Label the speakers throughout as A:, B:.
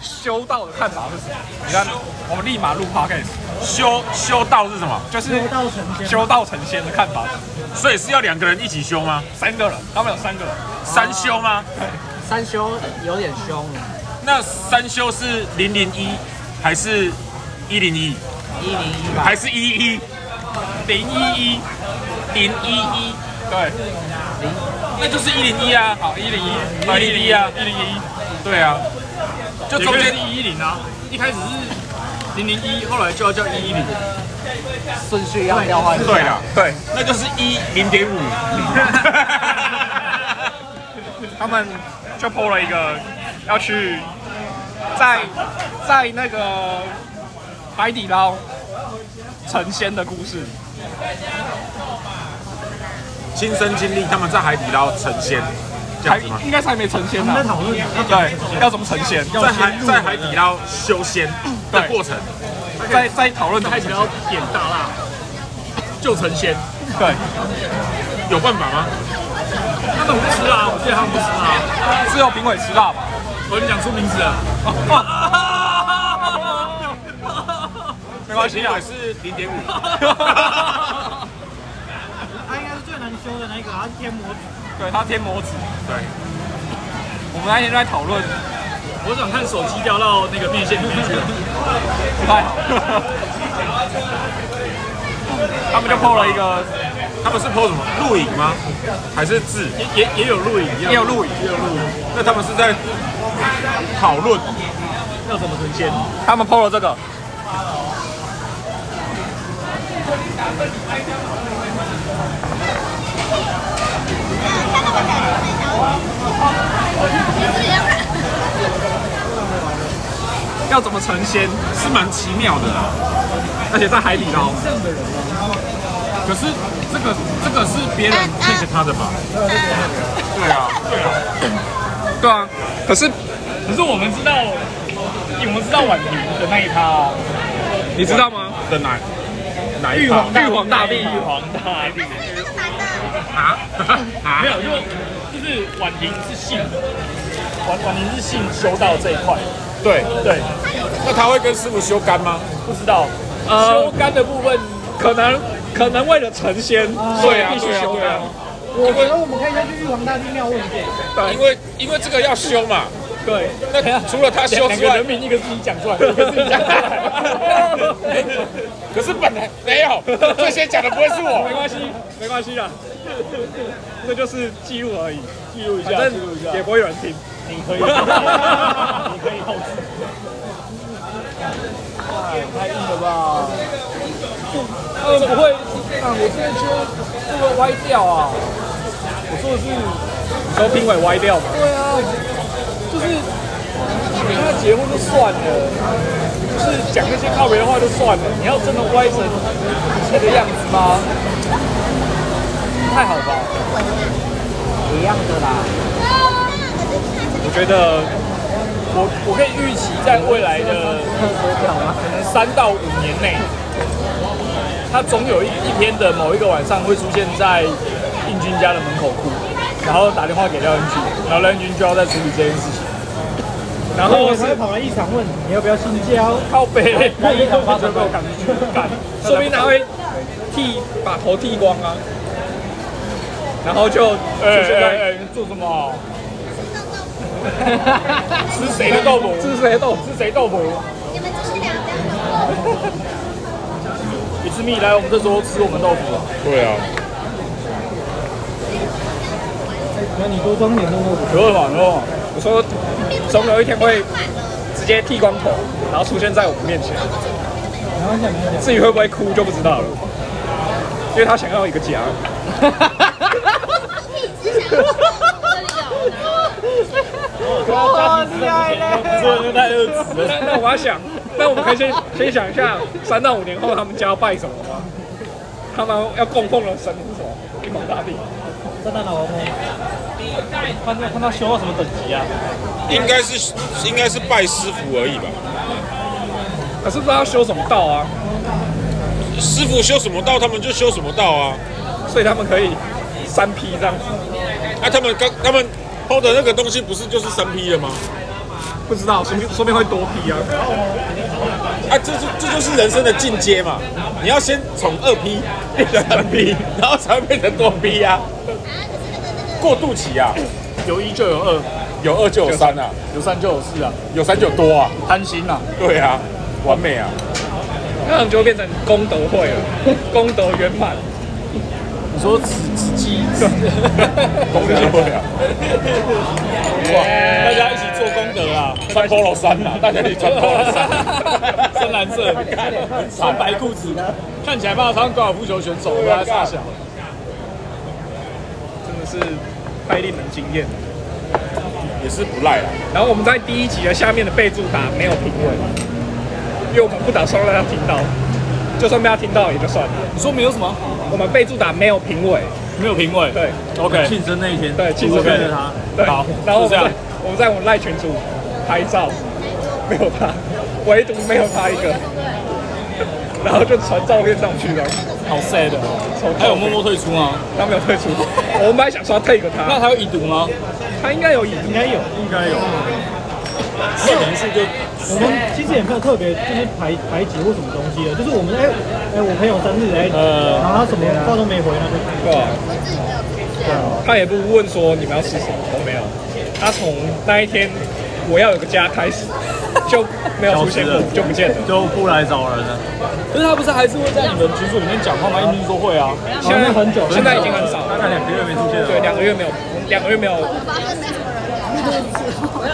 A: 修道的看法是什么？你看，我们立马录 podcast，
B: 修修道是什么？
A: 就是
C: 道成仙
A: 修道成仙的看法，
B: 所以是要两个人一起修吗？
A: 三个人，他们有三个人，
B: 三修吗？
C: 三修有点凶，
B: 那三修是零零一还是一零一
C: 一零一吧，
B: 还是一一
A: 零一一，
B: 零一一？
A: 对，
B: 那就是一零一啊，
A: 好，一零一，
B: 一零一啊
A: 一零一，
B: 对啊，就
A: 中
B: 中
A: 间
B: 间
A: 是一一零啊，一开始是零零一，后来就要叫一一零，
C: 顺序要调换一下。
B: 对了，
A: 对，
B: 那就是一零点五。
A: 他们就 PO 了一个要去在在那个海底捞成仙的故事，
B: 亲身经历他们在海底捞成仙，这
A: 还
B: 样子吗？
A: 应该是还没成仙啊呢、
C: 讨论
A: 对，要怎么成仙？
B: 在海
A: 啊
B: 在海底捞修仙的过程，
A: 在在讨论怎么成仙，
B: 点大辣就成仙，
A: 对，
B: 有办法吗？
D: 他们不吃啊，我记得他们不吃啊。
A: 只有评委吃辣吧？哦
D: 我已经讲出名字
A: 啊
D: 了，
A: 没关系
B: 评
A: 啊
B: 委，是零点五，
C: 他应该是最难修的那一个，他是天魔
A: 对他天魔子，
B: 对，
A: 我们那天就在讨论，
D: 我想看手机掉到那个面线里面去了。
A: 不太好。他们就 PO 了一个，
B: 他们是 PO 什么录影吗？还是字？
D: 也也也有录影，也
A: 也有录影，
B: 那他们是在讨论
D: 要怎么存钱？
A: 他们 PO 了这个，要怎么成仙？
B: 是蛮奇妙的啦。
A: 而且在海底捞，
B: 可是这个这个是别人 take 他的吧？
A: 啊
B: 对啊，对啊。
A: 对啊，可是
D: 可是我们知道，我们知道婉婷的那一趴、啊，
A: 你知道吗？
B: 的哪哪一
A: 玉
B: 趴
A: 皇玉皇大帝
D: 玉皇大帝，
B: 啊啊
D: 没！有，就就是婉婷是信，婉婉婷是信修道这一块，
B: 对，
D: 对，
B: 那他会跟师傅修干吗？
D: 不知道
A: 呃
D: 修，干的部分，
A: 可能可能为了成仙，
B: 对啊
A: 必须
B: 对啊
A: 修
B: 对啊
A: 道。
C: 我觉得我们可以再去玉皇大帝庙问一下。
B: 因为因为这个要修嘛。
D: 对，
A: 哎
B: 那除了他啊修
D: 两
B: 之
D: 个
B: 外
D: 人，名，一个自己讲出来，一个自己讲出来。
B: 可是本来没有这些讲的不会是
D: 没
B: 我。
D: 关系，没关系啦，
A: 这就是记录而已，
D: 记录一
A: 反
D: 下，记录一下
A: 正也，不会有人听。
D: 你 可以，你可以后置。
A: 呃，不会，啊，我这边缺这个歪掉啊。我说的是，你说评委歪掉吗？对啊，就是跟他结婚就算了，就是讲那些靠别的话就算了，你要真的歪成这个样子吗？不太好吧？
C: 一样的啦，
A: 我觉得
D: 我我可以预期在未来的
C: 特殊角吗？
D: 可能三到五年内，他总有一一天的某一个晚上会出现在应军家的门口哭，然后打电话给廖恩军，然后廖恩军就要再处理这件事情。然后是
C: 跑来异常问你要不要性交，
D: 靠北，万一他发生被我赶出去，干，
A: 说不定他会剃把头剃光啊，然后就
D: 哎
A: 出现
D: 哎
A: 在
D: 哎，你做什 么？吃谁的豆腐？
A: 是谁豆
D: 是谁豆腐？
E: 你们这是两张吗？
D: 你吃蜜来我们这桌吃我们豆腐啊。
B: 对啊，
C: 那你多装点动作。
D: 有耳环哦，
A: 我说总有一天会直接剃光头，然后出现在我们面前。
C: 然后想想，
A: 至于会不会哭就不知道了，因为他想要一个家。
E: 你只想
C: 哇，厉害嘞！
D: 这就太恶质
A: 那那我要想，那我们可以先先想一下，三到五年后他们家要拜什么吗？他们要供奉的神是什么？玉皇大帝。
C: 真的老公，
D: 看他看他修到什么等级啊？
B: 应该是应该是拜师傅而已吧。
A: 可是不知道要修什么道啊，
B: 师傅修什么道，他们就修什么道啊。
A: 所以他们可以三批这样子。
B: 啊，他们刚他们抛的那个东西不是就是三 P 的吗？
A: 不知道，说不定说不定会多批啊。
B: 啊，这就这就是人生的进阶嘛！你要先从二 P 变成三 P，然后才会变成多 P 啊，过渡期啊，
D: 有一就有二，
B: 有二就有三啊，
D: 有三就有四啊，
B: 有三就有多啊，
D: 贪心啊，
B: 对啊，完美啊！
A: 那你就会变成功德会了，功德圆满。
D: 你说子子鸡，
B: 功德会啊，
D: 哇，大家一起做功德啊，
B: 穿 polo 衫啊，大家一起穿 polo 衫，
D: 深蓝色，穿白裤子，看起来怕当高尔夫球选手，不要傻小。
A: 真的是太令人惊艳。
B: 也是不赖啦。
A: 然后我们在第一集的下面的备注打没有评论，因为我们不打算让他听到，就算被他听到也就算了。
D: 你说没有什么？
A: 我们备注打没有评委，
D: 没有评委。
A: 对
D: ，OK，
B: 竞争那一天，
A: 对，其实
D: 跟着
A: 他，对，
D: 啊好
A: 然后我
D: 就这
A: 们
D: 样
A: 在我们在我们赖群组拍照，没有他，唯独没有他一个，然后就传照片上去了，
D: 好 sad 哦。
A: 从
D: 还有默默退出吗？
A: 他没有退出， 我们本来想说要退一个
D: 那
A: 他，
D: 还有已读吗？
A: 他应该有赢，应该有，
B: 应该有。
D: 四人数就
C: 我们其实也没有特别就是排排挤或什么东西的，就是我们哎哎我朋友生日哎，
D: 呃
C: 然后他什么话都没回，那就
A: 对吧？他也不问说你们要吃什么，都没有。他从那一天我要有个家开始，就没有出现过
B: 消失，了
A: 就不见了。
B: 就不来找人了，
D: 可是他不是还是会在你们群组里面讲话吗？一定说会啊。
A: 现在
C: 那很久
A: 现在已经很少，
B: 大概两个月没出现了。
A: 对，两个月没有，两个月没有，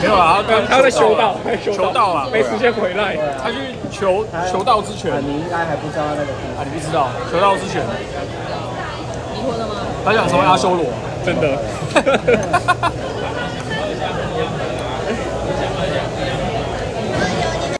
D: 没有啊，他
A: 他在修道，在
D: 求道啊，
A: 没时间回来。
D: 他去求求道之犬。
C: 啊你应该还不知道那个。
D: 啊，你不知道求道之犬。离婚了吗？他想成为阿修罗。
A: 真的。